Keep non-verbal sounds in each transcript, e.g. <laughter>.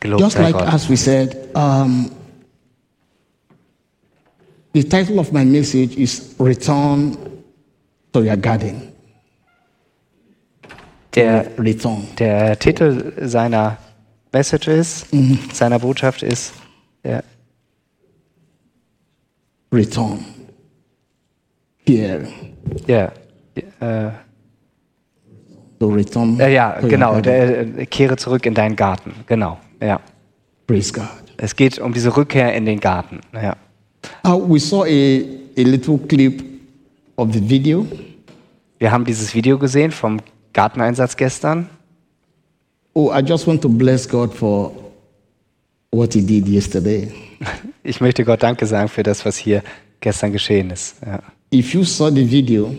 Gelobt Just sei like Gott. as we said, um, the title of my message is Return to Your Garden. Der, Return. der Titel seiner Message ist, seiner Botschaft ist, ja, Return. Here. ja, äh, To return. äh, ja, to your genau, garden. der, äh, kehre zurück in deinen Garten, genau, ja. Praise God. Es geht um diese Rückkehr in den Garten, ja. Uh, we saw a, a little clip of the video. Wir haben dieses Video gesehen vom Garteneinsatz gestern. <laughs> Oh, I just want to bless God for what He did yesterday. Ich möchte Gott Danke sagen für das, was hier gestern geschehen ist. Ja. If you saw the video,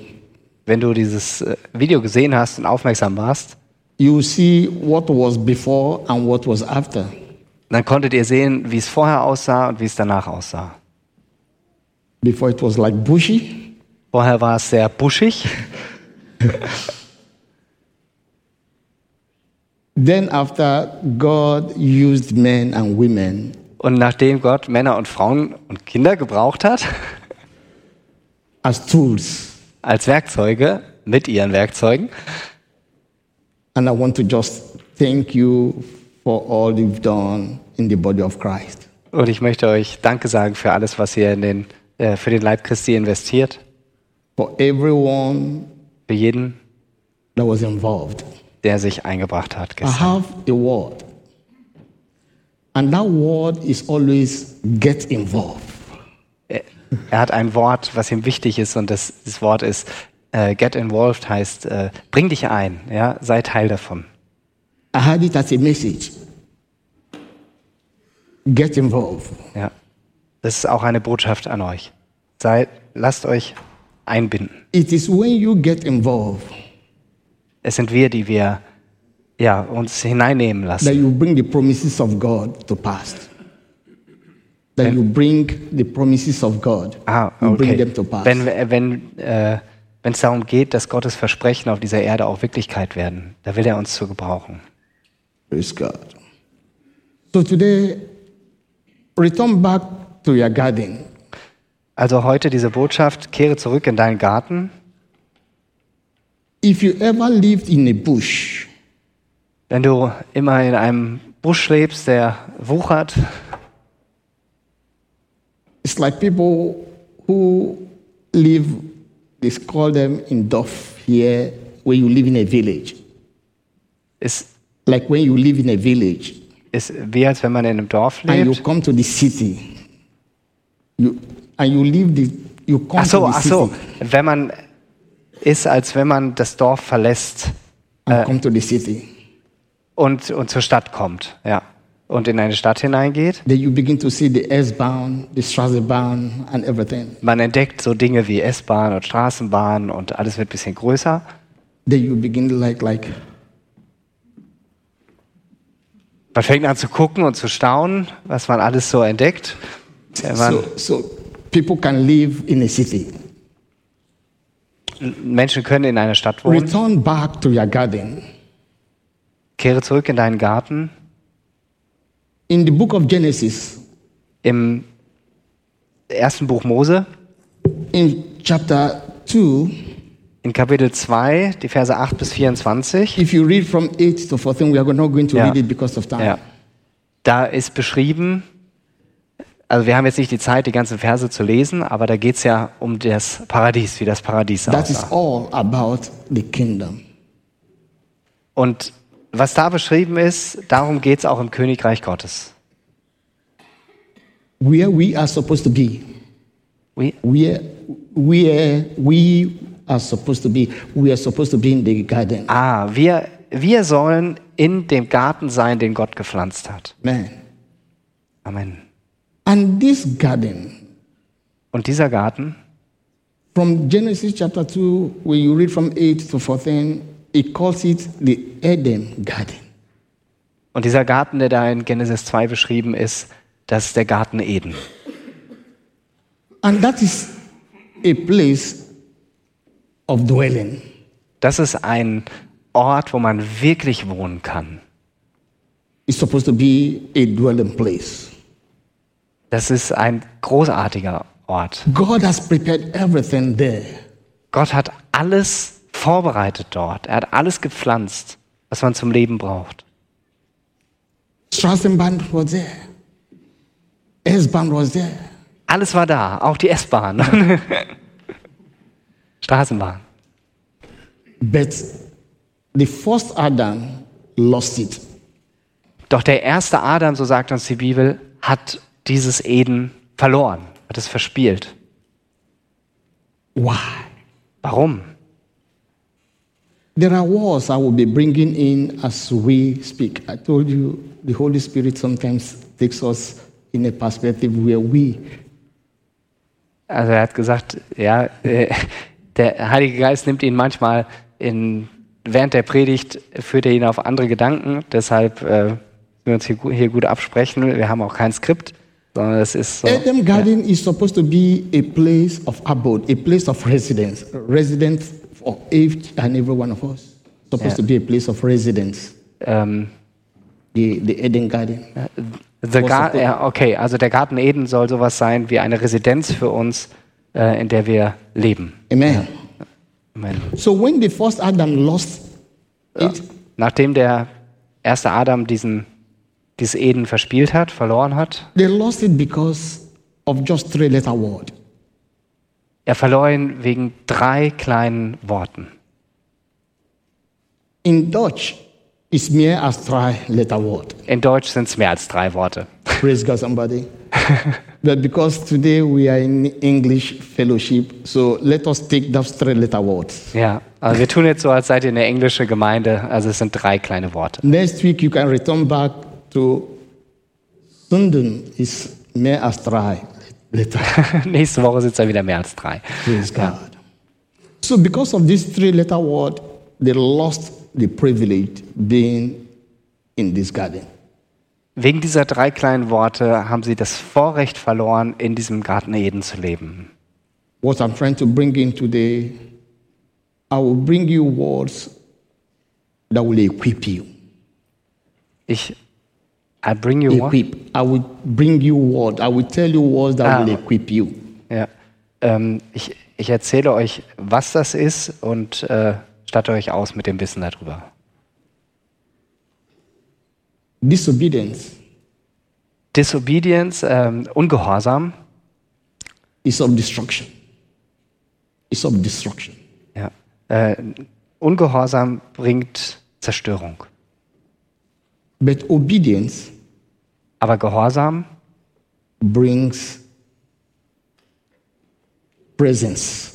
Wenn du dieses äh, Video gesehen hast und aufmerksam warst, you see what was before and what was after. dann konntet ihr sehen, wie es vorher aussah und wie es danach aussah. Before it was like bushy, Vorher war es sehr buschig, Then, after God used men and women, Und nachdem Gott Männer und Frauen und Kinder gebraucht hat, as tools, als Werkzeuge, mit ihren Werkzeugen, and I want to just thank you for all you've done in the body of Christ. und ich möchte euch Danke sagen für alles, was ihr in den, äh, für den Leib Christi investiert, For everyone für jeden, that was involved, der sich eingebracht hat I gestern. have a word. And that word is always get involved. Er, er hat ein Wort, was ihm wichtig ist, und das, das Wort ist äh, get involved, heißt äh, bring dich ein, ja, sei Teil davon. I had it as a message. Get involved. Ja. Das ist auch eine Botschaft an euch. Seid, lasst euch einbinden. It is when you get involved Es sind wir, die wir ja, uns hineinnehmen lassen. that you bring the promises of God to pass. That you bring the promises of God, Ah, you bring okay. them to pass. Wenn es wenn, äh, wenn's darum geht, dass Gottes Versprechen auf dieser Erde auch Wirklichkeit werden, da will er uns zu gebrauchen. Praise God. So today, return back to your garden. Also heute diese Botschaft, kehre zurück in deinen Garten. If you ever lived in a bush, Wenn du immer in einem Busch lebst, der wuchert, it's like people who live, they call them in Duff here, where you live in a village. ist, Like when you live in a village ist wie als wenn man in einem Dorf and you lebt. come to the city, you, and you live the, you Ach come Ah, so, to the ach city. so. Wenn man ist, als wenn man das Dorf verlässt uh, and come to the city. und, und zur Stadt kommt, ja. Und in eine Stadt hineingeht. Then you begin to see the S-bound, the Strasbourg-bound, and everything. Man entdeckt so Dinge wie S-Bahn und Straßenbahn und alles wird ein bisschen größer. Then you begin like like Man fängt an zu gucken und zu staunen, was man alles so entdeckt. Wenn man, so, so people can live in a city. Menschen können in einer Stadt wohnen. Return back to your garden. Kehre zurück in deinen Garten. In the book of Genesis, Im ersten Buch Mose, in chapter 2, in Kapitel 2, die Verse 8 bis 24, if you read from 8 to 14, we are not going to Yeah. read it because of time. ja, da ist beschrieben, also wir haben jetzt nicht die Zeit, die ganzen Verse zu lesen, aber da geht es ja um das Paradies, wie das Paradies That is aussah. all about the kingdom. Und was da beschrieben ist, darum geht es auch im Königreich Gottes. Where we are supposed to be. Wie? Where, where we are supposed to be. We are supposed to be in the garden. Ah, wir, wir sollen in dem Garten sein, den Gott gepflanzt hat. Amen. Amen. And this garden, Und dieser Garten, from Genesis chapter 2, when you read from 8 to 14, it calls it the Eden garden. und dieser Garten, der da in Genesis 2 beschrieben ist, das ist der Garten Eden. And that is a place of dwelling. Das ist ein Ort, wo man wirklich wohnen kann. is supposed to be a dwelling place. Das ist ein großartiger Ort. God has prepared everything there. Gott hat alles vorbereitet dort. Er hat alles gepflanzt, was man zum Leben braucht. Strassenband was there. S-Bahn was there. Alles war da, auch die S-Bahn. <laughs> Straßenbahn. But the first Adam lost it. Doch der erste Adam, so sagt uns die Bibel, hat dieses Eden verloren, hat es verspielt. Why? Warum? There are wars I will be bringing in as we speak. I told you the Holy Spirit sometimes takes us in a perspective where we, Also er hat gesagt, ja, äh, der Heilige Geist nimmt ihn manchmal in, während der Predigt, führt er ihn auf andere Gedanken. Deshalb äh, müssen wir uns hier, gu- hier gut absprechen. Wir haben auch kein Skript, sondern es ist so. Adam Garden is supposed to be a place of abode, a place of residence, residence for each and every one of us. Supposed Yeah. to be a place of residence, Ähm, the, the Eden Garden. the Was Gar auch- ja, okay, also der Garten Eden soll sowas sein wie eine Residenz für uns, äh, in der wir leben. Amen. Amen. So when the first Adam lost it, Nachdem der erste Adam diesen, dieses Eden verspielt hat, verloren hat, they lost it because of just three letter word. Er verlor ihn wegen drei kleinen Worten. In Dutch, it's mere as three letter word. In Deutsch sind es mehr als drei Worte. Praise God, somebody. but because today we are in English fellowship, so let us take those three letter words. Ja, also wir tun jetzt so, als seid ihr eine englische Gemeinde. Also es sind drei kleine Worte. <laughs> Next week you can return back to Sunden is mere as three letter. <laughs> Nächste Woche sind es dann wieder mehr als drei. Praise God. So because of this three letter word, they lost the privilege being in this garden. Wegen dieser drei kleinen Worte haben sie das Vorrecht verloren, in diesem Garten Eden zu leben. What I'm trying to bring in today, I will bring you words that will equip you. Ich, I bring you one. equip. I will bring you word. I will tell you words that Ah. will equip you. Ja. Ähm, ich, ich erzähle euch, was das ist und äh, statte euch aus mit dem Wissen darüber. Disobedience Disobedience, ähm, Ungehorsam. is of destruction. It's of destruction. Ja. Äh, Ungehorsam bringt Zerstörung. But obedience Aber Gehorsam brings presence.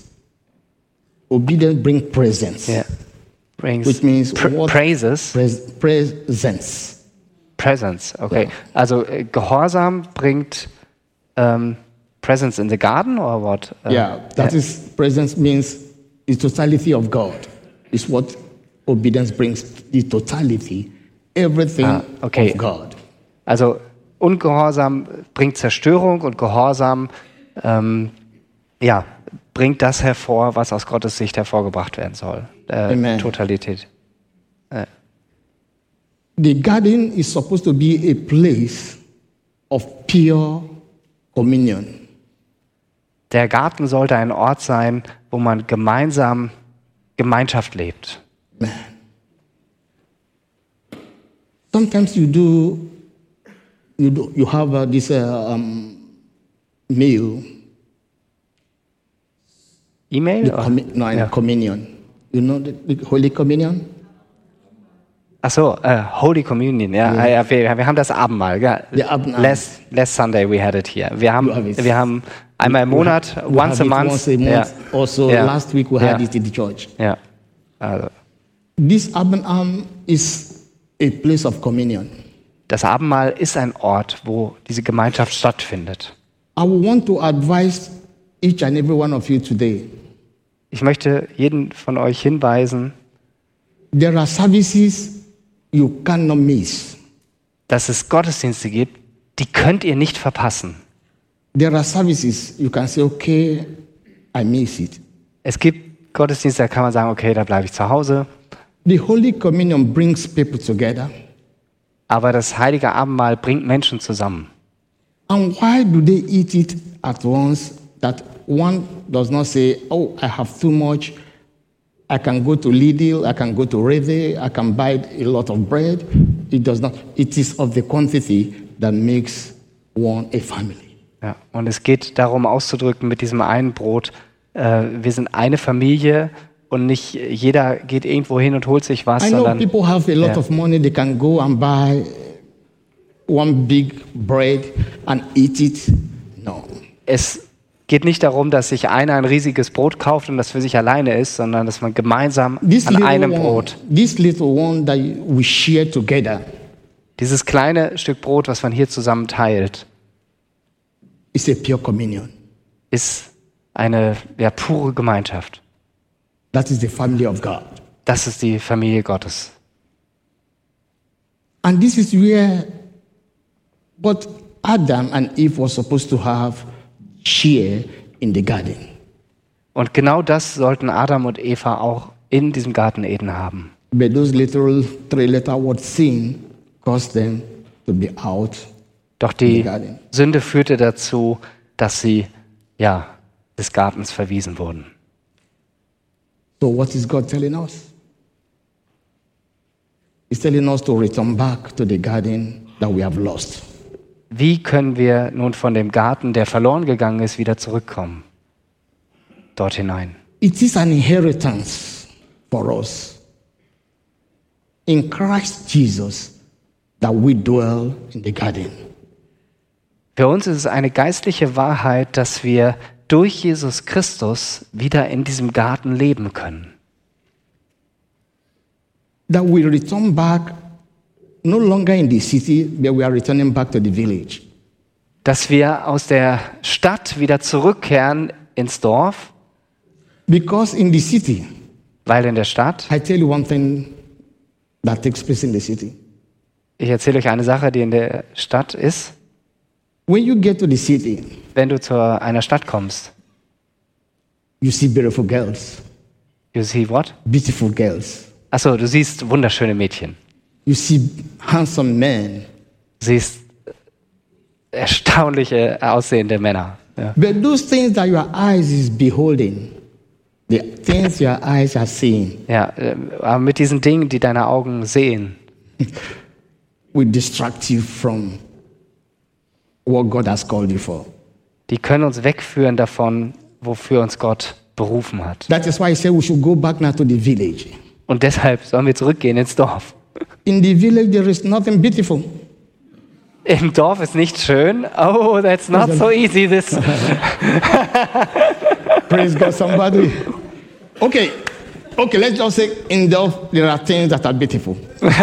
Obedience brings presence. brings Which means pr what- praises, Pres- presence. presence. Okay. Ja. Also äh, Gehorsam bringt ähm, presence in the garden or what? Äh, yeah, that is presence means the totality of God. Is what obedience brings the totality, everything Ah, okay. of God. Also Ungehorsam bringt Zerstörung und Gehorsam, ähm, ja, bringt das hervor, was aus Gottes Sicht hervorgebracht werden soll. Äh, Amen. Totalität. The garden is supposed to be a place of pure communion. Der Garten sollte ein Ort sein, wo man gemeinsam Gemeinschaft lebt. Sometimes you do, you, do, you have uh, this uh, um, meal, E-Mail? the Oh, commu- no, and ja. communion. You know the, the Holy Communion? Ach so, äh, Holy Communion. Ja, Ah, ja wir, wir haben das Abendmahl. Ja. Ja, Abendmahl. Last, last Sunday we had it here. Wir haben, have it. wir haben einmal im Monat, We once, a have it month, Once a Ja. month. Also, Ja. last week we had Ja. it in the church. Ja. Also, This Abraham is a place of communion. das Abendmahl ist ein Ort, wo diese Gemeinschaft stattfindet. I would want to advise each and every one of you today. Ich möchte jeden von euch hinweisen, There are services you cannot miss. dass es Gottesdienste gibt, die könnt ihr nicht verpassen. There are services you can say, okay, I miss it. Es gibt Gottesdienste, da kann man sagen, okay, da bleibe ich zu Hause. The Holy Communion brings people together. Aber das heilige Abendmahl bringt Menschen zusammen. And why do they eat it at once that one does not say, oh, I have too much. I can go to Lidl, I can go to Rede, I can buy a lot of bread. It does not. It is of the quantity that makes one a family. Ja, und es geht darum auszudrücken mit diesem einen Brot, äh, wir sind eine Familie und nicht jeder geht irgendwo hin und holt sich was, I know sondern people have a lot Yeah. of money. They can go and buy one big bread and eat it. No. es geht nicht darum, dass sich einer ein riesiges Brot kauft und das für sich alleine ist, sondern dass man gemeinsam This an little einem one, Brot, this little one that we share together, dieses kleine Stück Brot, was man hier zusammen teilt, is a pure communion. ist eine ja, pure Gemeinschaft. That is the family of God. Das ist die Familie Gottes. And this is where what Adam and Eve were supposed to have share in the garden. Und genau das sollten Adam und Eva auch in diesem Garten Eden haben. But those little three letter word sin caused them to be out. Doch die Egal. Sünde führte dazu, dass sie ja des Gartens verwiesen wurden. So what is God telling us? He's telling us to return back to the garden that we have lost. Wie können wir nun von dem Garten, der verloren gegangen ist, wieder zurückkommen? Dort hinein. It is an inheritance for us in Christ Jesus that we dwell in the garden. Für uns ist es eine geistliche Wahrheit, dass wir durch Jesus Christus wieder in diesem Garten leben können. that we return back no longer in the city, but we are returning back to the village. Dass wir aus der Stadt wieder zurückkehren ins Dorf, Because in the city, weil in der Stadt, I tell you one thing that takes place in the city. ich erzähle euch eine Sache, die in der Stadt ist, When you get to the city, wenn du zu einer Stadt kommst, you see beautiful girls, you see what? beautiful girls. Achso, du siehst wunderschöne Mädchen. You see handsome men. Du siehst äh, erstaunliche äh, aussehende Männer. Ja. But those things that your eyes is beholding, the things your eyes are seeing, ja, äh, aber mit diesen Dingen, die deine Augen sehen, will distract you from what God has called you for. die können uns wegführen davon, wofür uns Gott berufen hat. That is why I say we should go back now to the village. Und deshalb sollen wir zurückgehen ins Dorf. In the village, there is nothing beautiful. Im Dorf ist nicht schön. Oh, that's not so easy. This. <laughs> Praise God, somebody. Okay, okay, let's just say in the there are things that are beautiful.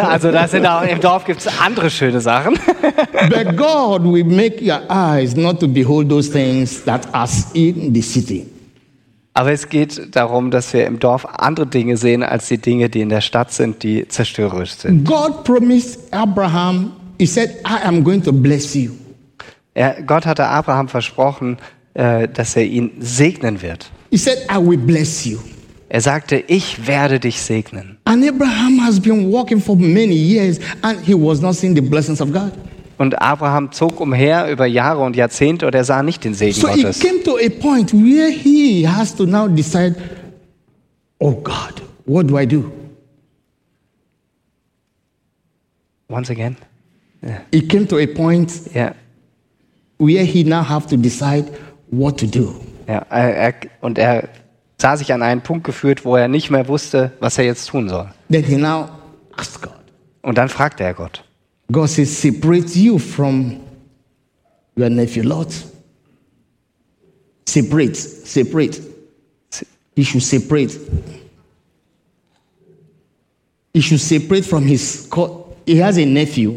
Also das sind auch, im Dorf gibt es andere schöne Sachen. <laughs> But God will make your eyes not to behold those things that are in the city. Aber es geht darum, dass wir im Dorf andere Dinge sehen als die Dinge, die in der Stadt sind, die zerstörerisch sind. God promised Abraham, He said, I am going to bless you. Er, Gott hatte Abraham versprochen, äh, dass er ihn segnen wird. He said, I will bless you. Er sagte, ich werde dich segnen. And Abraham has been walking for many years and he was not seeing the blessings of God. Und Abraham zog umher über Jahre und Jahrzehnte und er sah nicht den Segen So it Gottes. came to a point where he has to now decide, oh God, what do I do? Once again. It came to a point Ja, where he now have to decide what to do. ja. Er, er, und er sah sich an einen Punkt geführt, wo er nicht mehr wusste, was er jetzt tun soll. Then he now asked God. Und dann fragte er Gott. God says, separate you from your nephew Lot. Separate, separate. Se- He should separate. He should separate from his. Co- he has a nephew.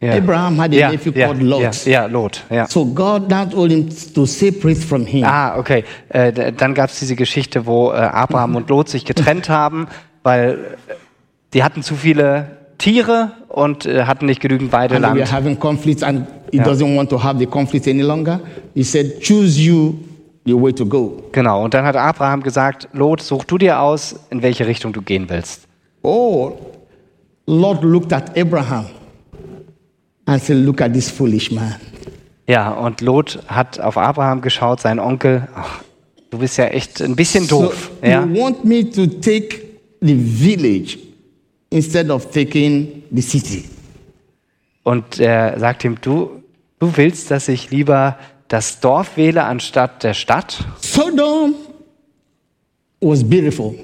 Ja. Abraham had a Ja, nephew ja, called Lot. Ja, ja Lot. Ja. So God now told him to separate from him. Ah, okay. Äh, d- dann gab es diese Geschichte, wo äh, Abraham und Lot sich getrennt haben, weil äh, die hatten zu viele Tiere und äh, hatten nicht genügend and we are Weideland. having conflicts, and he Yeah. doesn't want to have the conflict any longer. He said, Choose you the way to go. Genau. Und dann hat Abraham gesagt: Lot, such du dir aus, in welche Richtung du gehen willst. Oh, Lord looked at Abraham and said, Look at this foolish man. Ja, und Lot hat auf Abraham geschaut, sein Onkel. Ach, du bist ja echt ein bisschen doof. So mm. ja. you want me to take the village instead of taking the city. Und er sagt ihm, du, du willst, dass ich lieber das Dorf wähle anstatt der Stadt. Sodom was beautiful.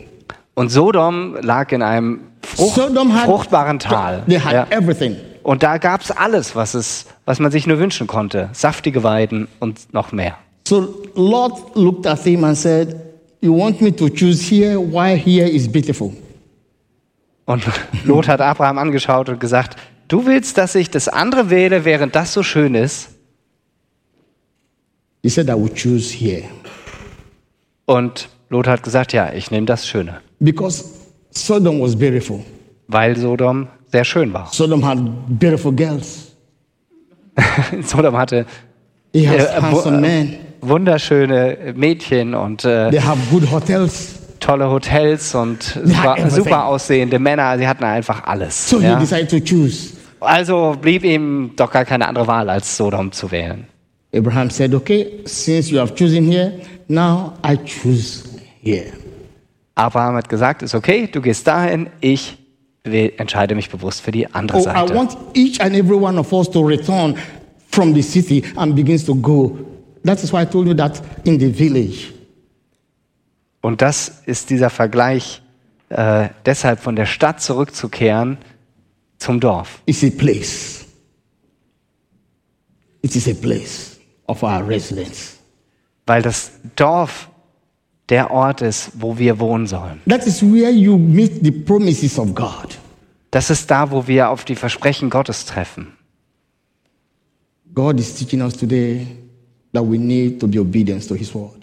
Und Sodom lag in einem Frucht, Sodom had- fruchtbaren Tal. They had Ja. everything. Und da gab es alles, was, es, was man sich nur wünschen konnte. Saftige Weiden und noch mehr. So Lot looked at him and said, You want me to choose here? Why here is beautiful? Und <laughs> Lot hat Abraham angeschaut und gesagt, du willst, dass ich das andere wähle, während das so schön ist. He said, I will choose here. Und Lot hat gesagt, ja, ich nehme das Schöne, Because Sodom was beautiful. weil Sodom sehr schön war. <laughs> Sodom had beautiful girls. Sodom hatte He has Yeah, uh, handsome uh, men. wunderschöne Mädchen und äh, They have good hotels. tolle Hotels und Ja, super, everything. super aussehende Männer. Sie hatten einfach alles. So he Ja. decided to choose. Also blieb ihm doch gar keine andere Wahl, als Sodom zu wählen. Abraham said, Okay, since you have chosen here, now I choose here. Abraham hat gesagt, ist okay, du gehst dahin, ich wähl- entscheide mich bewusst für die andere Oh, I Seite. want each and every one of us to return from the city and begins to go. That is why I told you that in the village. Und das ist dieser Vergleich, äh, deshalb von der Stadt zurückzukehren zum Dorf. It's a place. It is a place of our residence. Weil das Dorf der Ort ist, wo wir wohnen sollen. That is where you meet the promises of God. Das ist da, wo wir auf die Versprechen Gottes treffen. God is teaching us today that we need to be obedient to His word.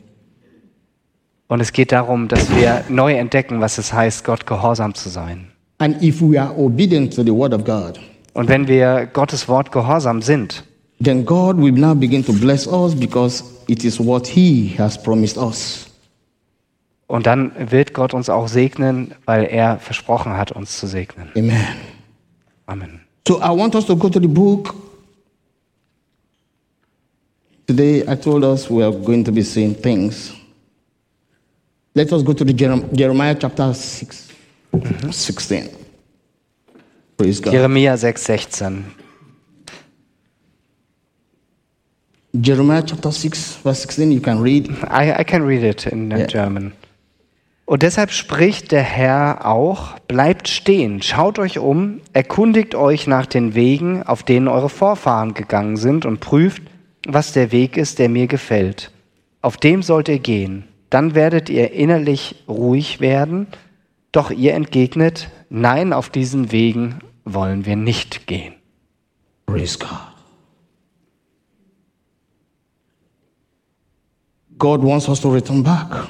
Und es geht darum, dass wir neu entdecken, was es heißt, Gott gehorsam zu sein. And if we are obedient to the word of God, Und wenn wir Gottes Wort gehorsam sind, then God will now begin to bless us because it is what He has promised us. und dann wird Gott uns auch segnen, weil er versprochen hat, uns zu segnen. Amen. Amen. So I want us to go to the book. Today, I told us we are going to be seeing things. Let us go to the Jerem- Jeremiah chapter 6, 16. Praise God. Jeremia 6,16. Jeremiah chapter 6, verse 16, you can read. I, I can read it in uh, Yeah. German. Und deshalb spricht der Herr auch, bleibt stehen, schaut euch um, erkundigt euch nach den Wegen, auf denen eure Vorfahren gegangen sind und prüft, was der Weg ist, der mir gefällt. Auf dem sollt ihr gehen, dann werdet ihr innerlich ruhig werden, doch ihr entgegnet, nein, auf diesen Wegen wollen wir nicht gehen. Praise God. God wants us to return back.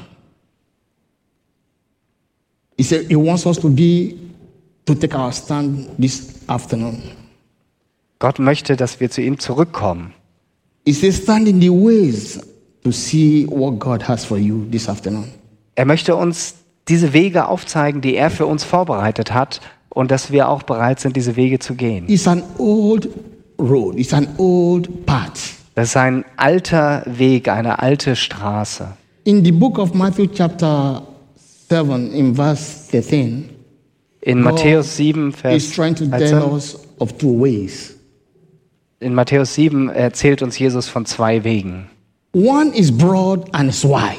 He said He wants us to be, to take our stand this afternoon. Gott möchte, dass wir zu ihm zurückkommen. He says, stand in the ways to see what God has for you this afternoon. Er möchte uns diese Wege aufzeigen, die er für uns vorbereitet hat und dass wir auch bereit sind, diese Wege zu gehen. It's an old road, it's an old path. Das ist ein alter Weg, eine alte Straße. In the book of Matthew, chapter 7, in verse 13, In Matthäus 7, he's Vers trying to 13, tell us of two ways. in Matthäus 7 erzählt uns Jesus von zwei Wegen. One is broad and it's wide,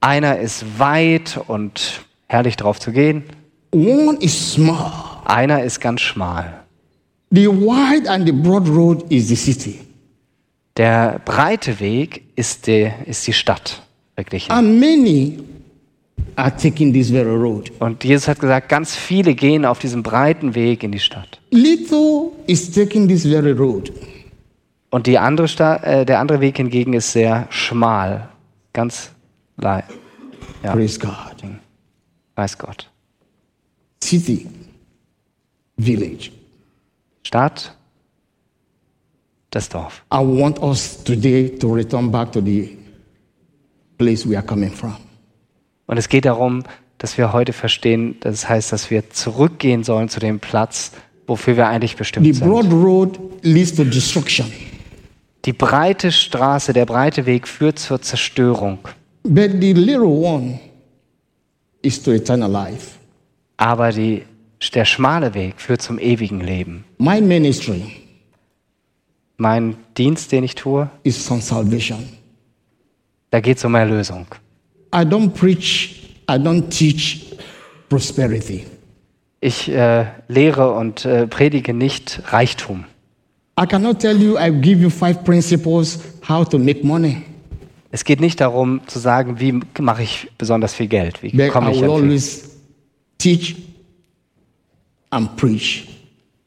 Einer ist weit und herrlich drauf zu gehen, one is small. einer ist ganz schmal. The wide and the broad road is the city. Der breite Weg ist die, ist die Stadt, wirklich. And many are taking this very road. Und Jesus hat gesagt, ganz viele gehen auf diesem breiten Weg in die Stadt. Little is taking this very road. Und die andere Sta äh, der andere Weg hingegen ist sehr schmal. Ganz lei- Ja. Praise God. weiß Gott. city, village. Stadt, das Dorf. I want us today to return back to the place we are coming from. Und es geht darum, dass wir heute verstehen, das heißt, dass wir zurückgehen sollen zu dem Platz, wofür wir eigentlich The bestimmt sind. broad road leads to destruction, Die breite Straße, der breite Weg führt zur Zerstörung, but the little one is to eternal life. aber die, der schmale Weg führt zum ewigen Leben. My ministry Mein Dienst, den ich tue, is on salvation. da geht es um Erlösung. I don't preach, I don't teach prosperity. Ich äh, lehre und äh, predige nicht Reichtum. I cannot tell you, I give you five principles how to make money. Es geht nicht darum zu sagen, wie mache ich besonders viel Geld, wie But I komme ich will an viel. always teach and preach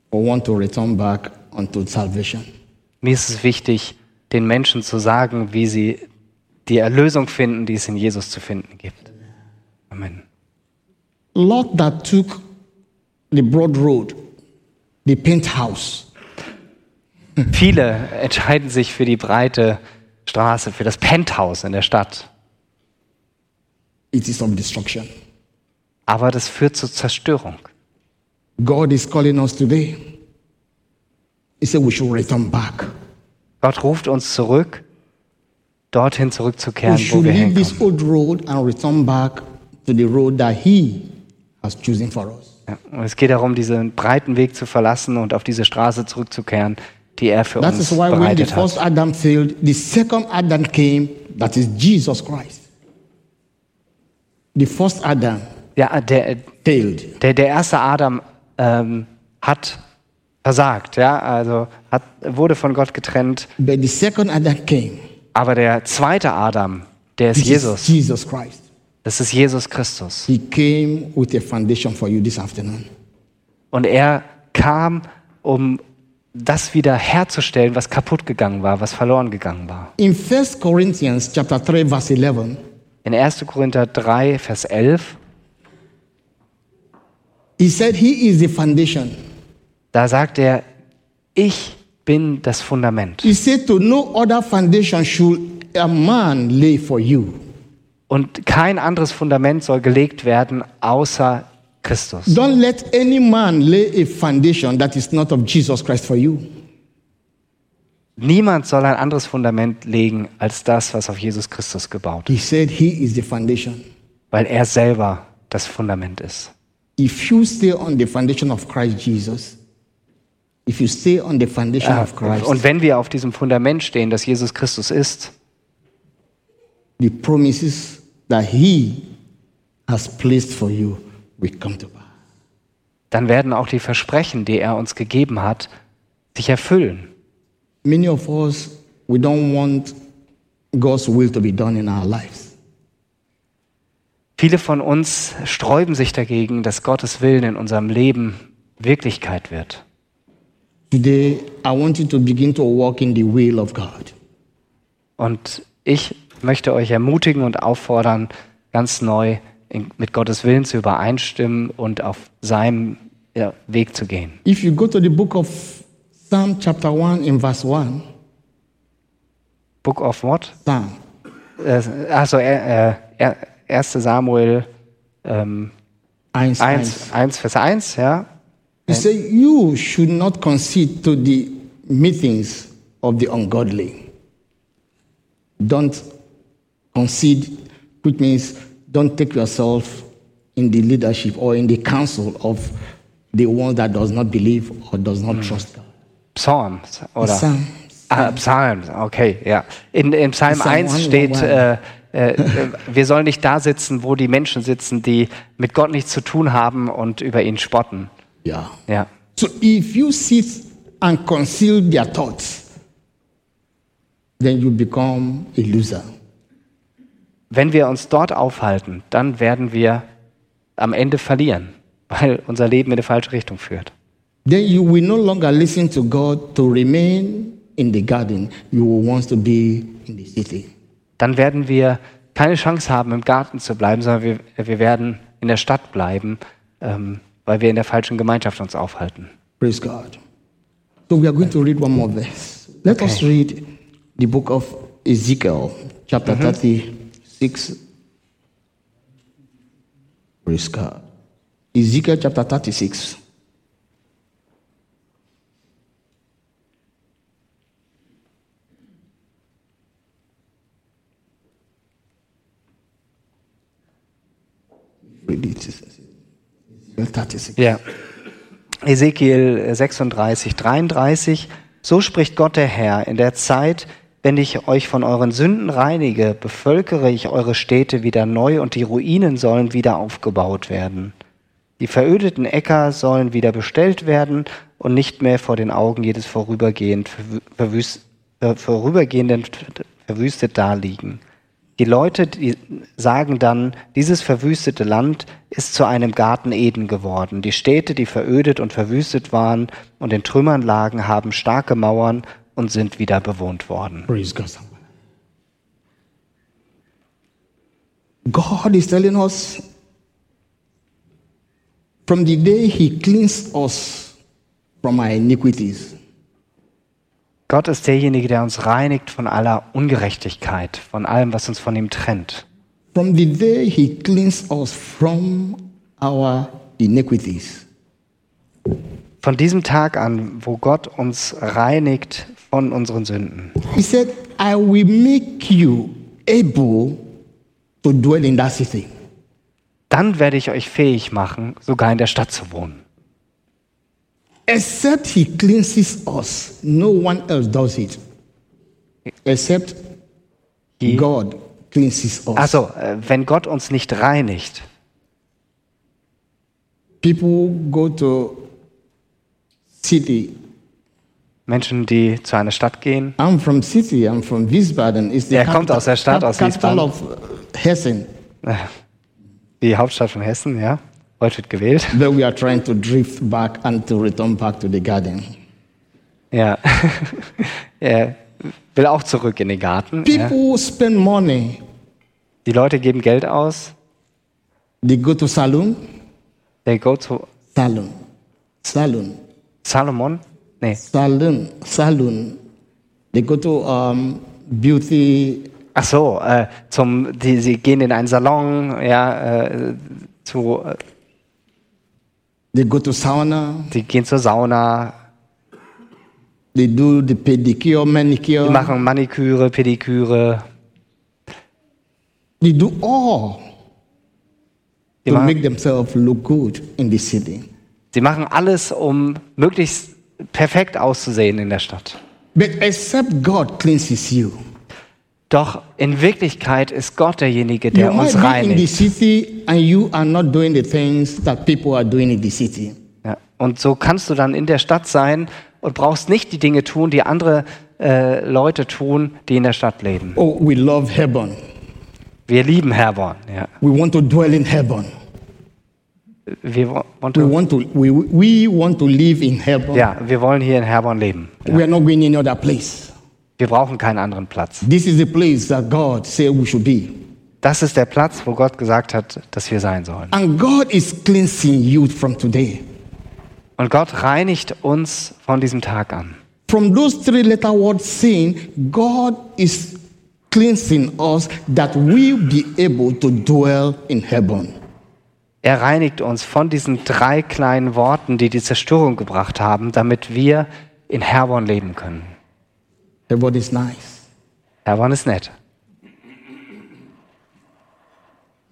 for one to return back unto salvation. Mir ist es wichtig, den Menschen zu sagen, wie sie die Erlösung finden, die es in Jesus zu finden gibt. Amen. Lot that took the broad road, the penthouse, Viele entscheiden sich für die breite Straße, für das Penthouse in der Stadt. it is of destruction. Aber das führt zur Zerstörung. God is calling us today. He said we should return back. Gott ruft uns zurück, dorthin We zurückzukehren, wo should wir leave this herkommen. old road and return back to the road that He has chosen for us. Ja, und es geht darum, diesen breiten Weg zu verlassen und auf diese Straße zurückzukehren, die er für That uns is why when the bereitet first hat. Adam failed, the second Adam came, that is Jesus Christ. The first Adam Ja, der, failed. der, der erste Adam ähm, hat versagt, ja, also hat, wurde von Gott getrennt. But the second Adam came, Aber der zweite Adam, der ist which is Jesus. Jesus Christ. Das ist Jesus Christus. He came with a foundation for you this afternoon. Und er kam, um das wieder herzustellen, was kaputt gegangen war, was verloren gegangen war. In 1 Corinthians chapter 3, verse 11, In 1. Korinther 3, Vers 11, he said, He is the foundation. da sagt er, ich bin das Fundament. He said, To no other foundation should a man lay for you. Und kein anderes Fundament soll gelegt werden, außer Christus. Don't let any man lay a foundation that is not of Jesus Christ for you. Niemand soll ein anderes Fundament legen, als das, was auf Jesus Christus gebaut ist, He said, He is the foundation. weil er selber das Fundament ist. If you stay on the foundation of Christ Jesus, if you stay on the foundation Ah, Ah, of Christ, Und wenn wir auf diesem Fundament stehen, das Jesus Christus ist, the promises that He has placed for you will come to pass. dann werden auch die Versprechen, die er uns gegeben hat, sich erfüllen. Many of us, we don't want God's will to be done in our lives. Viele von uns sträuben sich dagegen, dass Gottes Willen in unserem Leben Wirklichkeit wird. Today, I want you to begin to walk in the will of God. Und ich möchte euch ermutigen und auffordern, ganz neu in, mit Gottes Willen zu übereinstimmen und auf seinem ja, Weg zu gehen. If you go to the book of Psalm chapter 1 in verse 1, Book of what? Psalm Äh, also äh, äh, 1. Samuel ähm, 1, 1. 1, 1, Vers 1, ja. He said, You should not concede to the meetings of the ungodly. Don't concede, which means don't take yourself in the leadership or in the counsel of the one that does not believe or does not trust God. Psalms, oder? Psalm. Ah, Psalm, okay, ja. In, in Psalm Psalm 1 101. steht, äh, äh, äh, wir sollen nicht da sitzen, wo die Menschen sitzen, die mit Gott nichts zu tun haben und über ihn spotten. Yeah. Ja. So if you sit and conceal their thoughts, then you become a loser. Wenn wir uns dort aufhalten, dann werden wir am Ende verlieren, weil unser Leben in die falsche Richtung führt. then you will no longer listen to God to remain in the garden. You will want to be in the city. Dann werden wir keine Chance haben, im Garten zu bleiben, sondern wir, wir werden in der Stadt bleiben, ähm, weil wir in der falschen Gemeinschaft uns aufhalten. Praise God. So we are going to read one more verse. Let us read the book of Ezekiel, chapter 36. Praise God. Ezekiel chapter 36. read it. Ezekiel 36. Ja. Ezekiel 36, 33. So spricht Gott der Herr, in der Zeit, wenn ich euch von euren Sünden reinige, bevölkere ich eure Städte wieder neu und die Ruinen sollen wieder aufgebaut werden. Die verödeten Äcker sollen wieder bestellt werden und nicht mehr vor den Augen jedes vorübergehend verwüst, äh, vorübergehenden verwüstet daliegen. Die Leute die sagen dann, dieses verwüstete Land ist zu einem Garten Eden geworden. Die Städte, die verödet und verwüstet waren und in Trümmern lagen, haben starke Mauern und sind wieder bewohnt worden. Praise God. somebody. God is telling us from the day He cleansed us from our iniquities, Gott ist derjenige, der uns reinigt von aller Ungerechtigkeit, von allem, was uns von ihm trennt. from the day He cleansed us from our iniquities, Von diesem Tag an, wo Gott uns reinigt von unseren Sünden. He said, I will make you able to dwell in that city. Dann werde ich euch fähig machen, sogar in der Stadt zu wohnen. Except he cleanses us, no one else does it. Except He- God cleanses us. Also, äh, wenn Gott uns nicht reinigt, People go to city. Menschen, die zu einer Stadt gehen, I'm from city. I'm from Wiesbaden. It's the Er kommt capital- aus der Stadt, aus capital of uh, Hessen. äh, die Hauptstadt von Hessen, ja, heute wird gewählt. But we are trying to drift back and to return back to the garden. Ja. <laughs> er will auch zurück in den Garten. Ja. People spend money. Die Leute geben Geld aus. They go to salon, They go to salon, salon. Salomon? Nee. salon, salon. They go to um, beauty. Ach so, äh, zum, die, sie gehen in einen Salon, ja, äh, zu, äh, They go to sauna. sie gehen zur Sauna, They do the pedicure, manicure. die machen Maniküre, Pediküre. They do all Die to machen, make themselves look good in the city. sie machen alles, um möglichst perfekt auszusehen in der Stadt. But except God cleanses you, Doch in Wirklichkeit ist Gott derjenige, you der uns might be in the reinigt. city and you are not doing the things that people are doing in the city. Ja. Und so kannst du dann in der Stadt sein und brauchst nicht die Dinge tun, die andere äh, Leute tun, die in der Stadt leben. Oh, we love heaven. Wir lieben Herborn. Ja. We want to dwell in heaven. Wir, wo- want We to, want to. We, we want to live in heaven. ja, wir wollen hier in Herborn leben. We are not going any other place. Wir brauchen keinen anderen Platz. This is the place that God said we should be. Das ist der Platz, wo Gott gesagt hat, dass wir sein sollen. And God is cleansing you from today. Und Gott reinigt uns von diesem Tag an. From those three letter words sin, God is cleansing us that we be able to dwell in heaven. Er reinigt uns von diesen drei kleinen Worten, die die Zerstörung gebracht haben, damit wir in Herborn leben können. Heaven is nice. Herborn ist nett.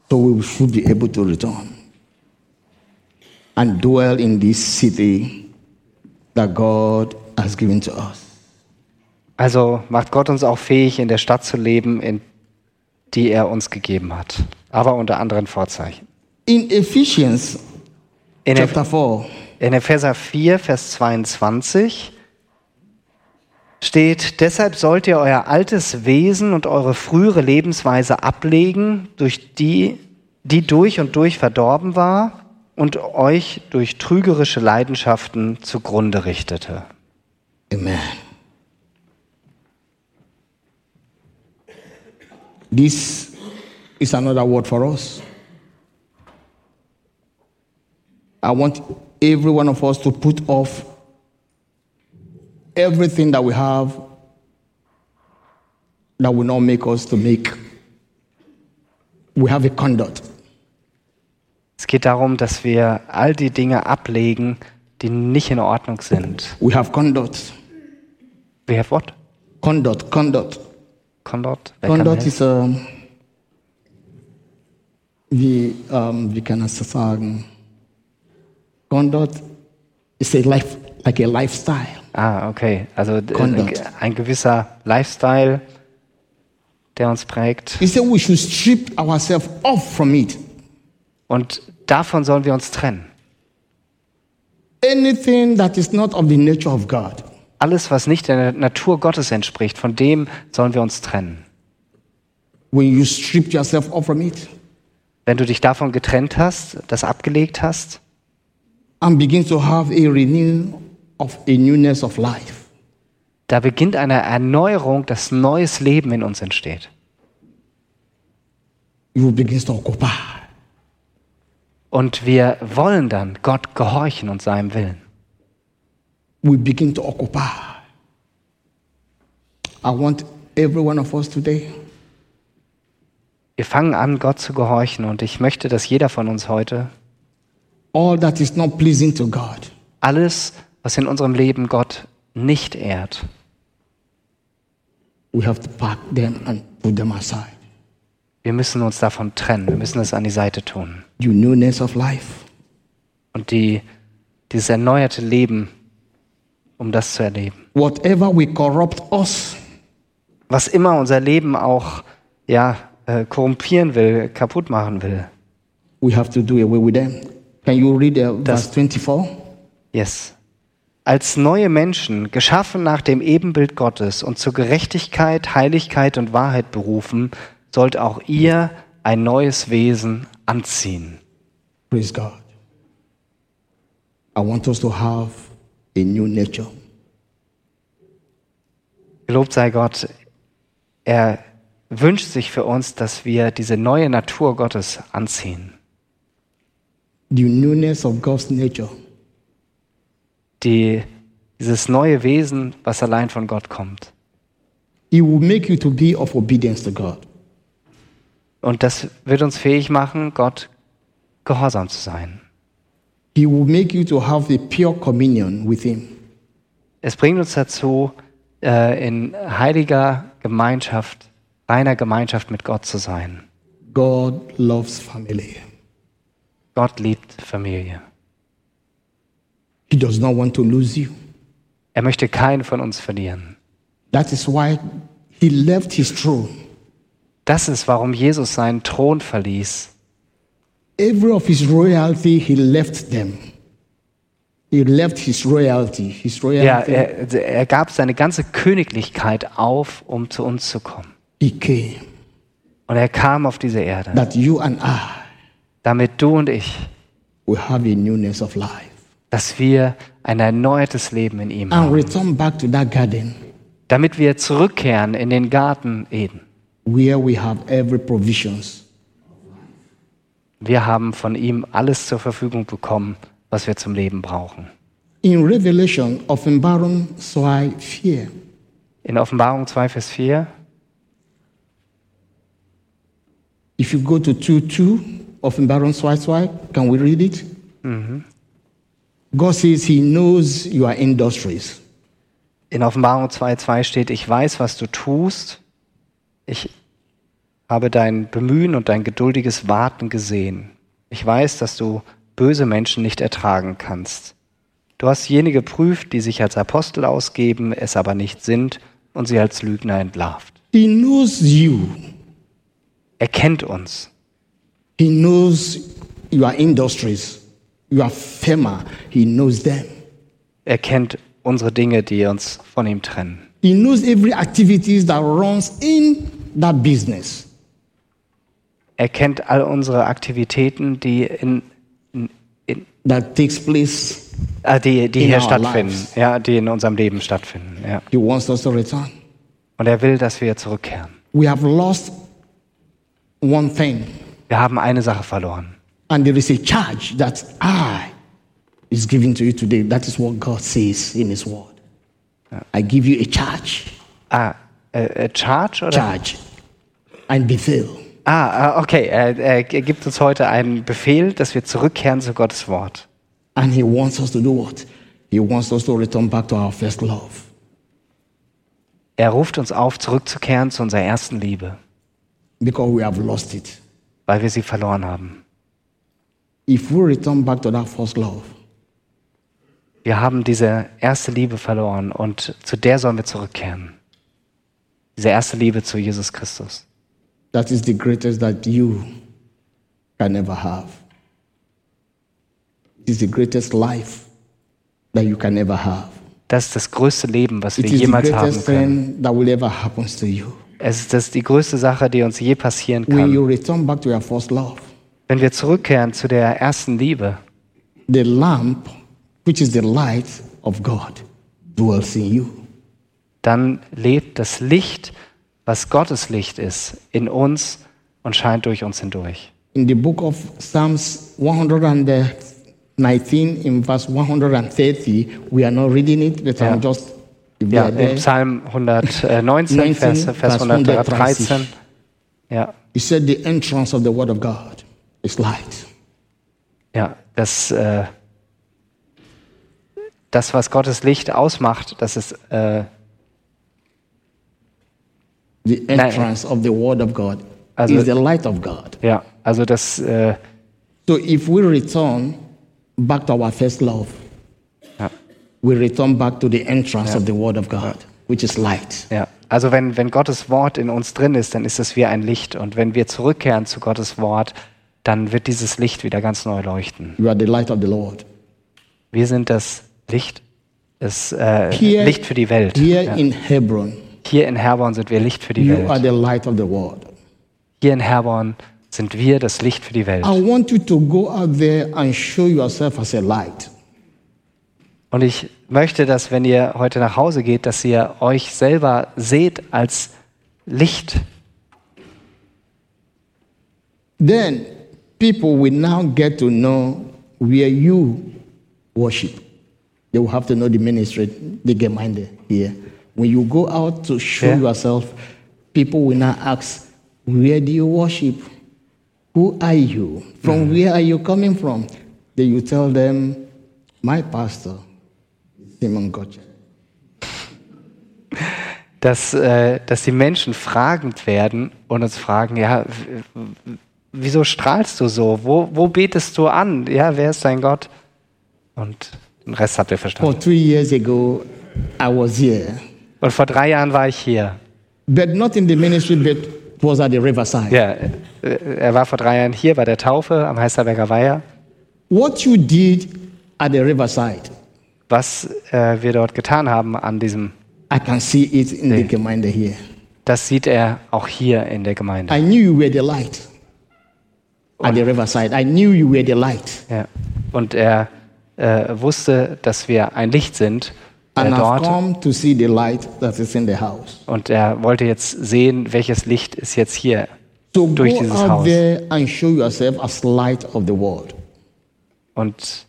So we should be able to return and dwell in this city that God has given to us. Also macht Gott uns auch fähig, in der Stadt zu leben, in die er uns gegeben hat. Aber unter anderen Vorzeichen. In Ephesians In, chapter Eph 4, in Epheser 4, Vers 22 steht, deshalb sollt ihr euer altes Wesen und eure frühere Lebensweise ablegen, durch die, die durch und durch verdorben war und euch durch trügerische Leidenschaften zugrunde richtete. Amen. This is another word for us. I want every one of us to put off everything that we have that will not make us to make. We have a conduct. Es geht darum, dass wir all die Dinge ablegen, die nicht in Ordnung sind. We have conduct. We have what? Conduct, conduct. Conduct? Wer kann Conduct helfen? is um, wie, ähm, wie kann ich das sagen? Conduct is a life, like a lifestyle. Ah, okay. Also d- Conduct. ein gewisser Lifestyle, der uns prägt. He said we should strip ourselves off from it. Und davon sollen wir uns trennen. Anything that is not of the nature of God. Alles, was nicht der Natur Gottes entspricht, von dem sollen wir uns trennen. When you strip yourself off from it Wenn du dich davon getrennt hast, das abgelegt hast and begin to have a renewal of a newness of life. Da beginnt eine Erneuerung, dass neues Leben in uns entsteht. you begin to occupy. Und wir wollen dann Gott gehorchen und seinem Willen. We begin to occupy. I want every one of us today Wir fangen an, Gott zu gehorchen. Und ich möchte, dass jeder von uns heute all that is not pleasing to God, alles, was in unserem Leben Gott nicht ehrt, we have to pack them and put them aside. wir müssen uns davon trennen. Wir müssen es an die Seite tun. Your newness of life, Und die, dieses erneuerte Leben, um das zu erleben. whatever will corrupt us, Was immer unser Leben auch ja, äh, korrumpieren will, kaputt machen will. we have to do away with them. Can you read uh, Das- verse 24? Yes. Als neue Menschen, geschaffen nach dem Ebenbild Gottes und zur Gerechtigkeit, Heiligkeit und Wahrheit berufen, sollt auch ihr ein neues Wesen anziehen. Praise God. I want us to have a new nature. Gelobt sei Gott, er wünscht sich für uns, dass wir diese neue Natur Gottes anziehen. The newness of God's nature Die, dieses neue Wesen, was allein von Gott kommt. It will make you to be of obedience to God. Und das wird uns fähig machen, Gott gehorsam zu sein. He will make you to have a pure communion with Him. Es bringt uns dazu, äh, in heiliger Gemeinschaft, reiner Gemeinschaft mit Gott zu sein. God loves family. Gott liebt Familie. He does not want to lose you. Er möchte keinen von uns verlieren. That is why He left His throne. Das ist, warum Jesus seinen Thron verließ. Every of His royalty, He left them. He left His royalty. His Ja, royalty. er, er gab seine ganze Königlichkeit auf, um zu uns zu kommen. He came Und er kam auf diese Erde, that you and I damit du und ich, will have a newness of life dass wir ein erneuertes Leben in ihm and haben. return back to that garden Damit wir zurückkehren in den Garten Eden. where we have every provisions. Wir haben von ihm alles zur Verfügung bekommen, was wir zum Leben brauchen. In Revelation of Embaron Soai Fear, In Offenbarung 2, Vers 4, If you go to 2 2 of Baron Swai, can we read it? God says He knows your industries. in Offenbarung 2, 2 steht, ich weiß, was du tust. Ich habe dein Bemühen und dein geduldiges Warten gesehen. Ich weiß, dass du böse Menschen nicht ertragen kannst. Du hast jene geprüft, die sich als Apostel ausgeben, es aber nicht sind und sie als Lügner entlarvt. He knows you. Er kennt uns. He knows your industries, your firma. He knows them. Er kennt unsere Dinge, die uns von ihm trennen. He knows every activities that runs in that business. Er kennt all unsere Aktivitäten, die, in, in, in, That takes place. äh, die, die In hier our stattfinden, lives. ja, die in unserem Leben stattfinden. Ja. He wants us to return. Und er will, dass wir zurückkehren. We have lost one thing, Wir haben eine Sache verloren. and there is a charge that I is giving to you today. That is what God says in His Word. I give you a charge, Ah, äh, äh, Charge oder? charge, and Bethel. Ah, ah, okay. Er, er gibt uns heute einen Befehl, dass wir zurückkehren zu Gottes Wort. And He wants us to do what? He wants us to return back to our first love. Er ruft uns auf, zurückzukehren zu unserer ersten Liebe, because we have lost it. weil wir sie verloren haben. If we return back to that first love, Wir haben diese erste Liebe verloren und zu der sollen wir zurückkehren. Diese erste Liebe zu Jesus Christus. that is the greatest that you can ever have. It is the greatest life that you can ever have. Das ist das größte Leben, was wir It is the jemals haben greatest können. thing that will ever happen to you. Es ist das ist die größte Sache, die uns je passieren When kann. you return back to your first love, Wenn wir zurückkehren zu der ersten Liebe, the lamp, which is the light of God, dwells in you. dann lebt das Licht, was Gottes Licht ist, in uns und scheint durch uns hindurch. In the book of Psalms 119, in verse 130, we are not reading it, but Yeah. I'm just. if you Ja, are im there, Psalm <laughs> 119, Vers, 19, Vers Vers 130. 113. Ja, He said, The entrance of the word of God is light. ja, das, äh, das, was Gottes Licht ausmacht, das ist, äh, The entrance of the word of God As is a- the light of God. ja, also das, äh, So if we return back to our first love, Ja. we return back to the entrance of the word of God, which is light. Ja, also wenn, wenn Gottes Wort in uns drin ist, dann ist es wie ein Licht. Und wenn wir zurückkehren zu Gottes Wort, dann wird dieses Licht wieder ganz neu leuchten. You are the light of the Lord. Wir sind das Licht, das äh, Hier- Licht für die Welt. Here Ja. in Hebron, Hier in Herborn sind wir Licht für die you are Welt. the light of the world. Hier in Herborn sind wir das Licht für die Welt. I want you to go out there and show yourself as a light. Und ich möchte, dass wenn ihr heute nach Hause geht, dass ihr euch selber seht als Licht. Then people will now get to know where you worship. They will have to know the ministry, the Gemeinde here. When you go out to show Yeah. yourself, people will now ask, Where do you worship? Who are you? From where are you coming from? Then you tell them, My pastor, Simon Gotcha. dass, äh, dass die Menschen fragend werden und uns fragen, ja, w- w- wieso strahlst du so? Wo, wo betest du an? Ja, wer ist dein Gott? Und den Rest habt ihr For verstanden. two years ago, I was here, Und vor drei Jahren war ich hier. but not in the ministry, but was at the riverside. Ja, äh, er war vor drei Jahren hier bei der Taufe am Heisterberger Weiher. What you did at the riverside, Was äh, wir dort getan haben an diesem, I can see it in the Gemeinde here. das sieht er auch hier in der Gemeinde. I knew you were the light at the riverside. I knew you were the light. Ja. Und er äh, wusste, dass wir ein Licht sind äh, And I've dort. come to see the light that is in the house. Und er wollte jetzt sehen, welches Licht ist jetzt hier So durch go dieses out Haus. there and show yourself as light of the world. Und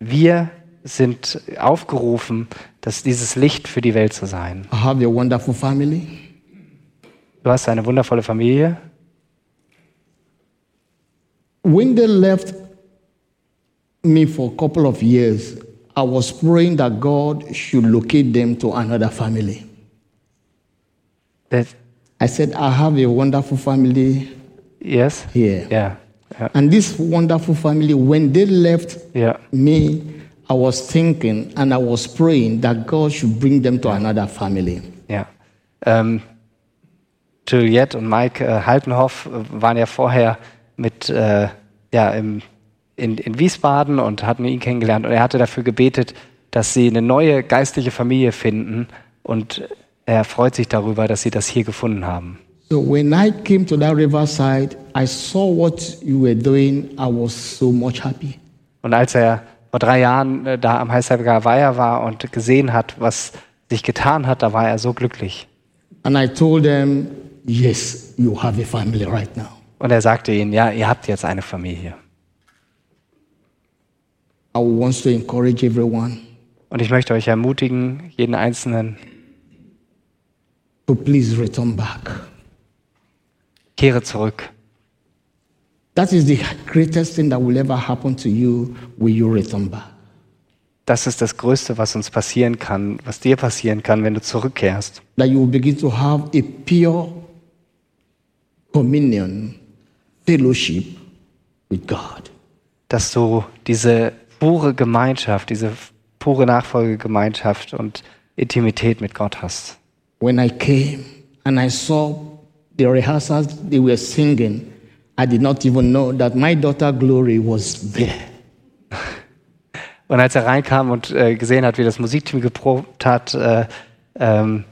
wir sind aufgerufen, dass dieses Licht für die Welt zu sein. I have a wonderful family. Du hast eine wundervolle Familie. When they left me for a couple of years, I was praying that God should locate them to another family. That, I said, I have a wonderful family yes? here. Ja. Ja. And this wonderful family, when they left ja. me, I was thinking and I was praying that God should bring them to another family. Ja. Ähm, Juliette und Mike äh, Haltenhoff äh, waren ja vorher mit, äh, ja, im, in, in Wiesbaden und hatten ihn kennengelernt. Und er hatte dafür gebetet, dass sie eine neue geistliche Familie finden. Und er freut sich darüber, dass sie das hier gefunden haben. So when I came to that riverside, I saw what you were doing. I was so much happy. Und als er vor drei Jahren äh, da am Heißheiberger Weiher war und gesehen hat, was sich getan hat, da war er so glücklich. And I told them, Yes, you have a family right now. Und er sagte ihnen, ja, ihr habt jetzt eine Familie. I want to encourage everyone Und ich möchte euch ermutigen, jeden Einzelnen, to please return back. kehre zurück. That is the greatest thing that will ever happen to you when you return back. Das ist das Größte, was uns passieren kann, was dir passieren kann, wenn du zurückkehrst. that you will begin to have a pure communion, fellowship with God. dass du diese pure Gemeinschaft, diese pure Nachfolgegemeinschaft und Intimität mit Gott hast. When I came and I saw the rehearsals they were singing, I did not even know that my daughter Glory was there. Und als er reinkam und äh, gesehen hat, wie das Musikteam geprobt hat, äh, ähm,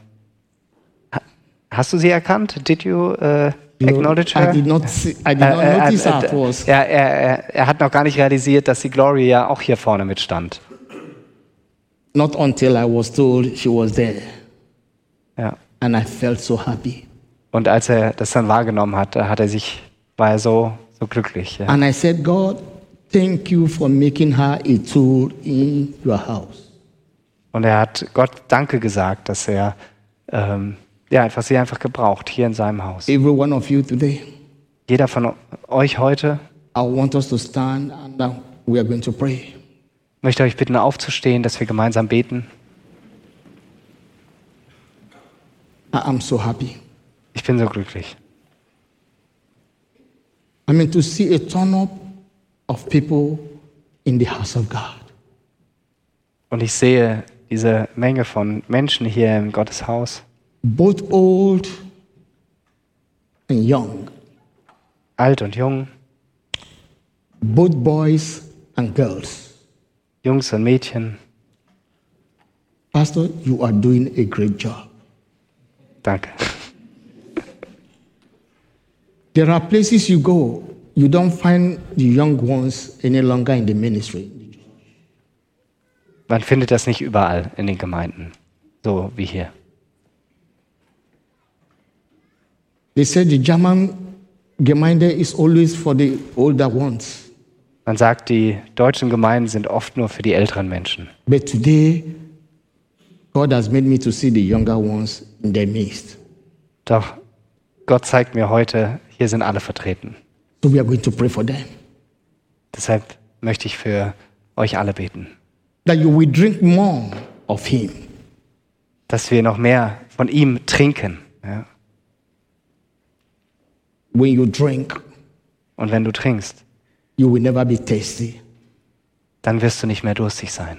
ha- hast du sie erkannt? Did you äh, acknowledge her? I did not, see, I did not Äh, äh, notice her äh, at first. er, er, er, er hat noch gar nicht realisiert, dass die Glory ja auch hier vorne mitstand. Not until I was told she was there. Ja. And I felt so happy. Und als er das dann wahrgenommen hat, da hat er sich, war er so, so glücklich. Ja. And I said, God, thank you for making her a tool in your house. Und er hat Gott Danke gesagt, dass er ähm, ja, einfach sie einfach gebraucht hier in seinem Haus. Every one of you today, Jeder von euch heute I want us to stand and uh, we are going to pray. möchte euch bitten, aufzustehen, dass wir gemeinsam beten. I am so happy. Ich bin so glücklich. I mean, to see a turn up of people in the house of God. Und ich sehe diese Menge von Menschen hier in Gottes Haus. both old and young, Alt und jung, both boys and girls. Jungs und Mädchen. Pastor, you are doing a great job. Danke. There are places you go, you don't find the young ones any longer in the ministry. Man findet das nicht überall in den Gemeinden, so wie hier. They said the German Gemeinde is always for the older ones. Man sagt, die deutschen Gemeinden sind oft nur für die älteren Menschen. But today, God has made me to see the younger ones in their midst. Doch Gott zeigt mir heute, hier sind alle vertreten. So we are going to pray for them. Deshalb möchte ich für euch alle beten, That you will drink more of Him. dass wir noch mehr von ihm trinken. Ja? When you drink, Und wenn du trinkst, you will never be thirsty. dann wirst du nicht mehr durstig sein.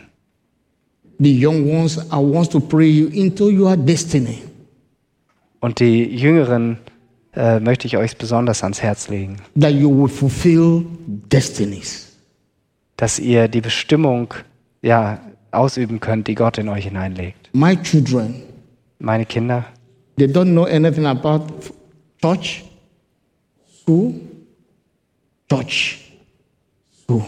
The young ones, I want to pray you into your destiny. Und die Jüngeren äh, möchte ich euch besonders ans Herz legen, That you will fulfill destinies. dass ihr die Bestimmung ja, ausüben könnt, die Gott in euch hineinlegt. My children, Meine Kinder, they don't know anything about f- church, school, church, school.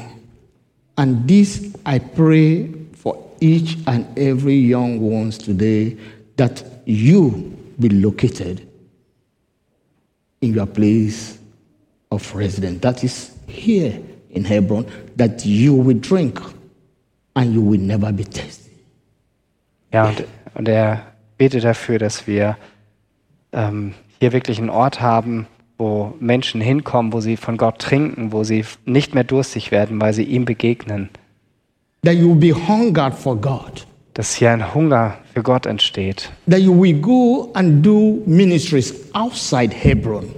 And this I pray for each and every young ones today that you be located in your place of residence. That is here in Hebron, that you will drink and you will never be thirsty. Ja, und, und er betet dafür, dass wir ähm, hier wirklich einen Ort haben, wo Menschen hinkommen, wo sie von Gott trinken, wo sie f- nicht mehr durstig werden, weil sie ihm begegnen. That you will be hungered for God. Dass hier ein Hunger für Gott entsteht. that you will go and do ministries outside Hebron.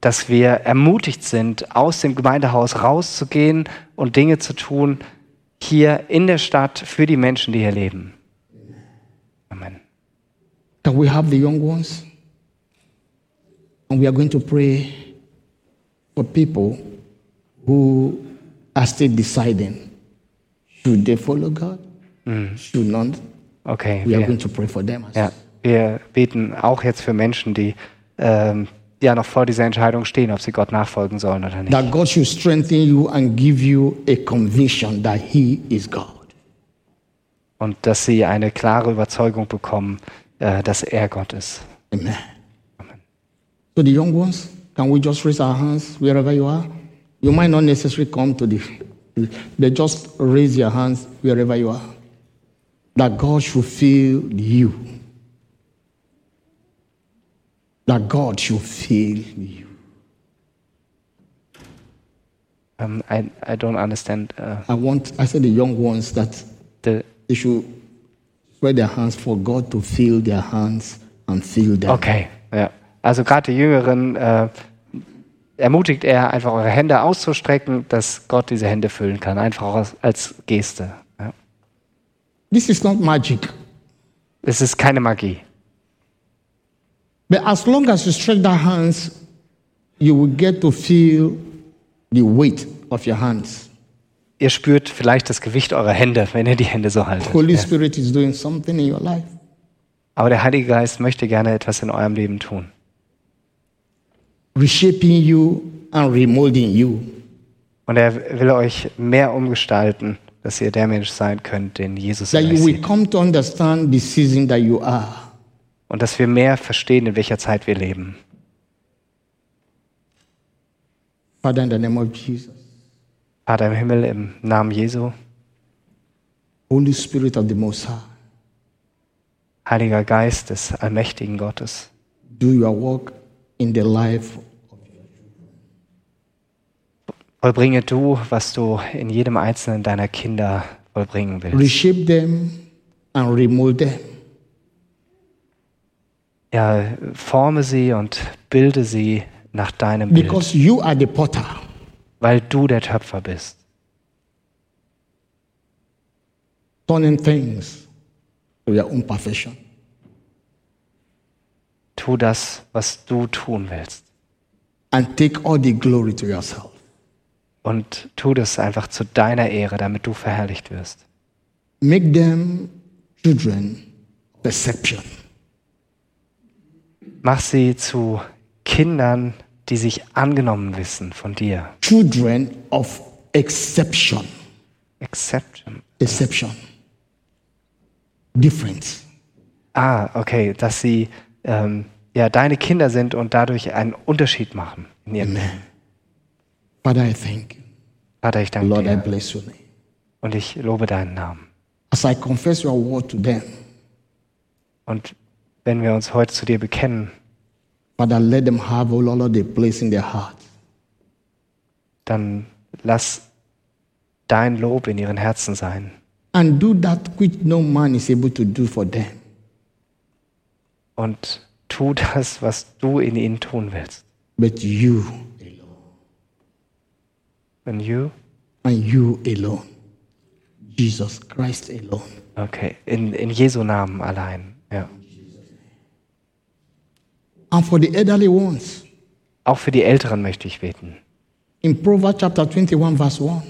Dass wir ermutigt sind, aus dem Gemeindehaus rauszugehen und Dinge zu tun, hier in der Stadt für die Menschen, die hier leben. Amen. Can we have the young ones? And we are going to pray for people who are still deciding should they follow God? Should not? Okay. We are wir- going to pray for them. as Ja, wir beten auch jetzt für Menschen, die ähm, ja noch vor dieser Entscheidung stehen, ob sie Gott nachfolgen sollen oder nicht. That God should strengthen you and give you a conviction that He is God. Und dass sie eine klare Überzeugung bekommen, äh, dass er Gott ist. Amen. So the young ones, can we just raise our hands wherever you are? You might not necessarily come to the, but just raise your hands wherever you are. That God should fill you. That God should fill you. Ähm, I, I don't understand äh, I want, I said the young ones that the. they should spread their hands for God to fill their hands and fill them. Okay, ja. Also gerade die Jüngeren, äh, ermutigt er, einfach eure Hände auszustrecken, dass Gott diese Hände füllen kann, einfach aus- als Geste. Ja. This is not magic. Es ist keine Magie. But as long as you stretch that hands, you will get to feel the weight of your hands. Ihr spürt vielleicht das Gewicht eurer Hände, wenn ihr die Hände so haltet. Holy Ja. Spirit is doing something in your life. Aber der Heilige Geist möchte gerne etwas in eurem Leben tun. reshaping you and remolding you. Und er will euch mehr umgestalten, dass ihr der Mensch sein könnt, den Jesus That in euch you will sieht. come to understand the season that you are. Und dass wir mehr verstehen, in welcher Zeit wir leben. Father, in the name of Jesus. Vater im Himmel, im Namen Jesu, Holy Spirit of the Most High, Heiliger Geist des allmächtigen Gottes, do your work in the life. vollbringe du, was du in jedem einzelnen deiner Kinder vollbringen willst. Reshape them and remold them. Ja, forme sie und bilde sie nach deinem Bild, Because you are the potter. weil du der Töpfer bist. Turning things to your own perfection. Tu das, was du tun willst. And take all the glory to yourself. Und tu das einfach zu deiner Ehre, damit du verherrlicht wirst. Make them children of perception. Mach sie zu Kindern, die sich angenommen wissen von dir. Children of exception. Accept. Exception. Difference. Ah, okay, dass sie ähm, ja deine Kinder sind und dadurch einen Unterschied machen in ihrem Leben. Father, I thank you. Vater, ich danke Lord, I dir bless your name. und ich lobe deinen Namen. As I confess your word to them, Und wenn wir uns heute zu dir bekennen, Father, let them have, all Lord, the place in their heart. dann lass dein Lob in ihren Herzen sein And do that which no man is able to do for them. und tu das, was du in ihnen tun willst. But you alone. And you? And you alone. Jesus Christ alone. Okay, in, in Jesu Namen allein. Ja. And for the elderly ones, Auch für die Älteren möchte ich beten. in Proverbs chapter 21, verse 1,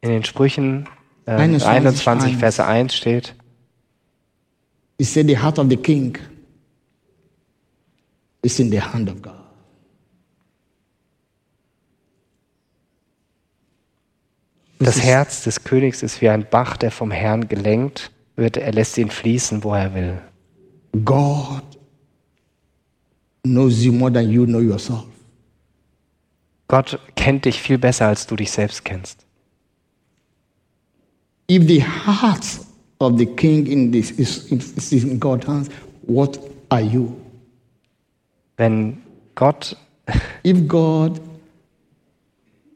In den Sprüchen äh, 21, 21, Verse 1 steht, it said, The heart of the king is in the hand of God. das Herz des Königs ist wie ein Bach, der vom Herrn gelenkt wird. Er lässt ihn fließen, wo er will. God knows you more than you know yourself. Gott kennt dich viel besser, als du dich selbst kennst. If the heart of the king in this is in, is in God's hands, what are you? Wenn Gott, If God,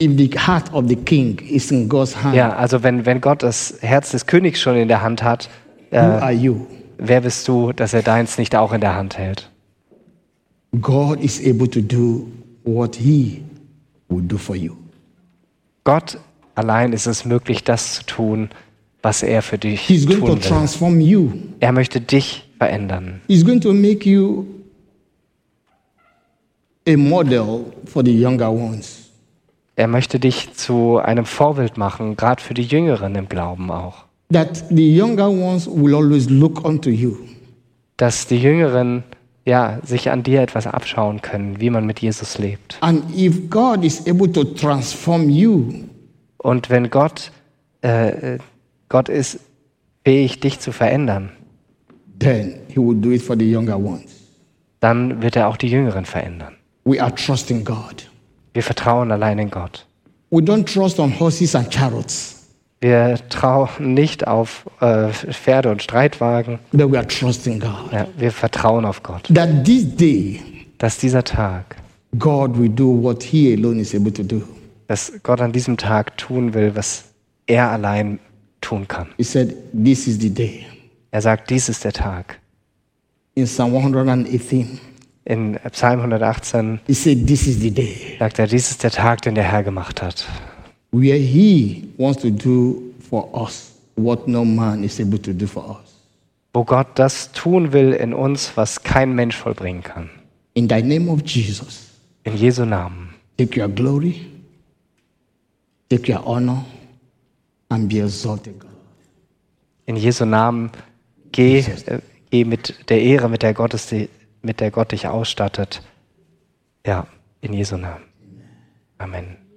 if the heart of the king is in God's hand, ja, also wenn, wenn Gott das Herz des Königs schon in der Hand hat, who äh, are you? wer bist du, dass er deins nicht auch in der Hand hält? God is able to do what He will do for you. Gott allein ist es möglich, das zu tun, was er für dich He's going tun to will. transform you. Er möchte dich verändern. He's going to make you a model for the younger ones. Er möchte dich zu einem Vorbild machen, gerade für die Jüngeren im Glauben auch. that the younger ones will always look unto you. Dass die Jüngeren ja, sich an dir etwas abschauen können, wie man mit Jesus lebt. And if God is able to transform you, Und wenn Gott, äh, äh, Gott ist fähig, dich zu verändern, then He will do it for the younger ones. dann wird er auch die Jüngeren verändern. We are trusting God. Wir vertrauen allein in Gott. We don't trust on horses and chariots, Wir trauen nicht auf äh, Pferde und Streitwagen. but we are trusting God. Ja, wir vertrauen auf Gott, That this day, dass dieser Tag, God will do what He alone is able to do. dass Gott an diesem Tag tun will, was er allein tun kann. He said, This is the day. Er sagt, dies ist der Tag. In Psalm 118, In Psalm 118 He said, This is the day sagt er, dies ist der Tag, den der Herr gemacht hat. where He wants to do for us what no man is able to do for us. Wo Gott das tun will in uns, was kein Mensch vollbringen kann. In the name of Jesus, In Jesu Namen. take your glory, take your honor, and be exalted, God. In Jesu Namen geh, äh, geh mit der Ehre, mit der, Gottes, mit der Gott dich ausstattet. Ja, in Jesu Namen. Amen.